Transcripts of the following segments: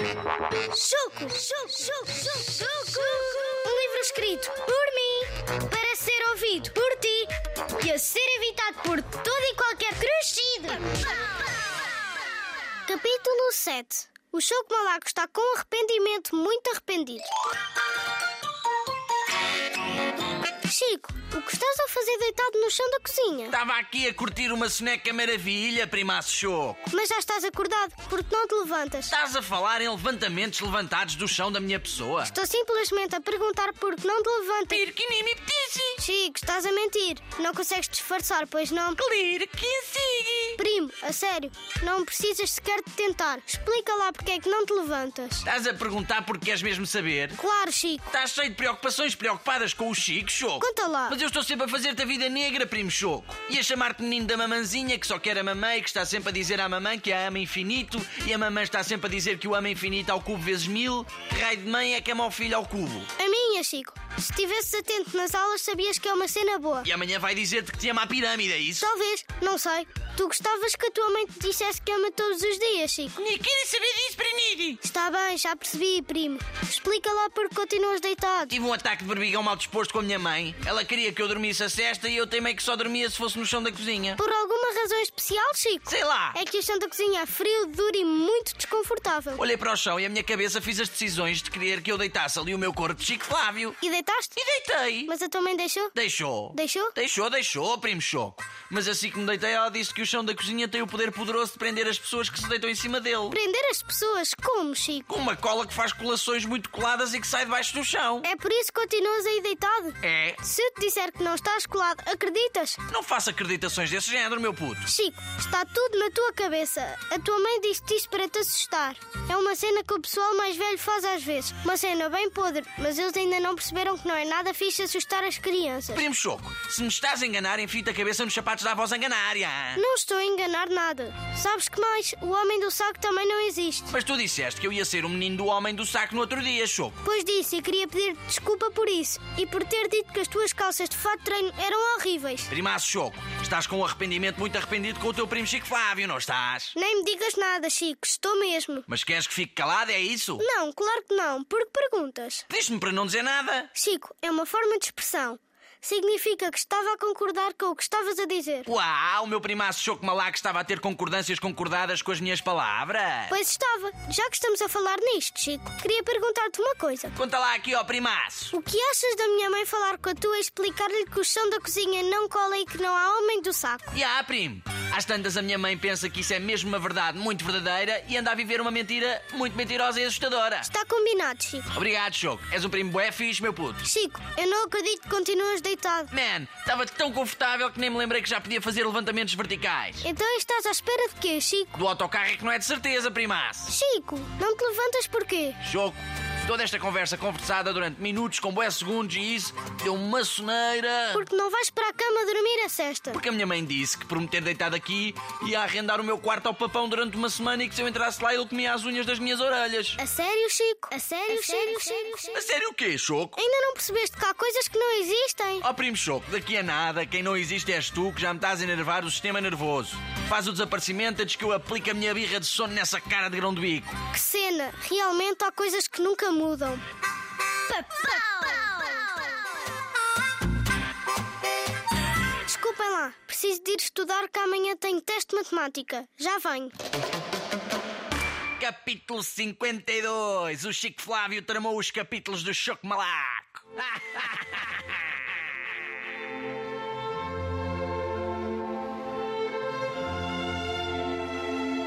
Chuco, chuco, chuco, chuco, chuco. Um livro escrito por mim, para ser ouvido por ti e a ser evitado por todo e qualquer crescido. Capítulo 7. O Choco Malaco está com arrependimento, muito arrependido. Chico, o que estás a fazer deitado no chão da cozinha? Estava aqui a curtir uma soneca maravilha, primaço choco. Mas já estás acordado, porque não te levantas. Estás a falar em levantamentos levantados do chão da minha pessoa. Estou simplesmente a perguntar porque não te levantas. Pirquinimiptisi, Chico, estás a mentir. Não consegues disfarçar, pois não? clir, quinsigi. Primo, a sério, não precisas sequer de tentar. Explica lá porque é que não te levantas. Estás a perguntar porque queres mesmo saber? Claro, Chico. Estás cheio de preocupações preocupadas com o Chico, choco. Conta lá. Mas eu estou sempre a fazer-te a vida negra, primo choco. E a chamar-te menino da mamãzinha que só quer a mamãe, que está sempre a dizer à mamãe que a ama infinito, e a mamãe está sempre a dizer que o ama infinito ao cubo vezes mil. Que raio de mãe é que ama o filho ao cubo? A minha, Chico. Se estivesses atento nas aulas, sabias que é uma cena boa. E amanhã vai dizer-te que te ama a pirâmide, é isso? Talvez, não sei. Tu gostavas que a tua mãe te dissesse que ama todos os dias, Chico. Querem saber disso, Brinidi? Está bem, já percebi, primo. Explica lá porque continuas deitado. Tive um ataque de berbigão mal disposto com a minha mãe. Ela queria que eu dormisse a cesta e eu teimei que só dormia se fosse no chão da cozinha. Por alguma razão especial, Chico? Sei lá. É que o chão da cozinha é frio, duro e muito desconfortável. Olhei para o chão e a minha cabeça fiz as decisões de querer que eu deitasse ali o meu corpo de Chico Flávio. E deitaste? E deitei. Mas a tua mãe deixou? Deixou. Deixou? Deixou, deixou, primo choco. Mas assim que me deitei, ela disse que o chão da cozinha tem o poder poderoso de prender as pessoas que se deitam em cima dele. Prender as pessoas como, Chico? Com uma cola que faz colações muito coladas e que sai debaixo do chão. É por isso que continuas aí deitado? É. Se eu te disser que não estás colado, acreditas? Não faça acreditações desse género, meu puto. Chico, está tudo na tua cabeça. A tua mãe disse-te isto para te assustar. É uma cena que o pessoal mais velho faz às vezes. Uma cena bem podre, mas eles ainda não perceberam que não é nada fixe assustar as crianças. Primo choco, se me estás a enganar, enfia a cabeça nos sapatos da voz enganária. Não estou a enganar nada. Sabes que mais? O homem do saco também não existe. Mas tu disseste que eu ia ser o menino do homem do saco no outro dia, choco. Pois disse, e queria pedir desculpa por isso. E por ter dito que as tuas calças de fato de treino eram horríveis. Primaço choco, estás com um arrependimento muito arrependido com o teu primo Chico Flávio, não estás? Nem me digas nada, Chico. Estou mesmo. Mas queres que fique calado, é isso? Não, claro que não. Porque perguntas. Diz-me para não dizer nada. Chico, é uma forma de expressão. Significa que estava a concordar com o que estavas a dizer. Uau, o meu primaço choco malaco estava a ter concordâncias concordadas com as minhas palavras. Pois estava. Já que estamos a falar nisto, Chico, queria perguntar-te uma coisa. Conta lá aqui, ó primaço. O que achas da minha mãe falar com a tua e explicar-lhe que o chão da cozinha não cola e que não há homem do saco? E ah, primo, às tantas a minha mãe pensa que isso é mesmo uma verdade muito verdadeira e anda a viver uma mentira muito mentirosa e assustadora. Está combinado, Chico. Obrigado, choco. És um primo bué fixe, meu puto. Chico, eu não acredito que continuas deitado. Man, estava tão confortável que nem me lembrei que já podia fazer levantamentos verticais. Então estás à espera de quê, Chico? Do autocarro é que não é de certeza, primaço. Chico, não te levantas porquê? Choco, toda esta conversa conversada durante minutos com bué segundos e isso deu uma soneira. Porque não vais para a cama dormir a cesta. Porque a minha mãe disse que por me ter deitado aqui ia arrendar o meu quarto ao papão durante uma semana e que se eu entrasse lá ele comia as unhas das minhas orelhas. A sério, Chico? A sério, Chico, Chico, A Chico? sério o quê, Choco? Ainda não percebeste que há coisas que não existem? Ó primo Choco, daqui a nada, quem não existe és tu que já me estás a enervar o sistema nervoso. Faz o desaparecimento antes que eu aplique a minha birra de sono nessa cara de grão de bico. Que cena! Realmente há coisas que nunca mudam. Desculpem lá, preciso de ir estudar que amanhã tenho teste de matemática. Já venho. Capítulo 52. O Chico Flávio tramou os capítulos do Choco Malaco. Ah,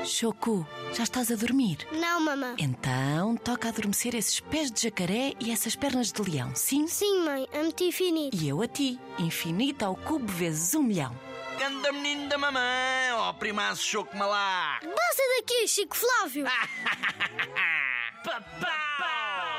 Choco, já estás a dormir? Não, mamã. Então toca adormecer esses pés de jacaré e essas pernas de leão, sim? Sim, mãe, amo-te infinito. E eu a ti, infinita ao cubo vezes um milhão. Ganda menino da mamãe, ó primaço Choco Malaco. Basta daqui, Chico Flávio! Papá!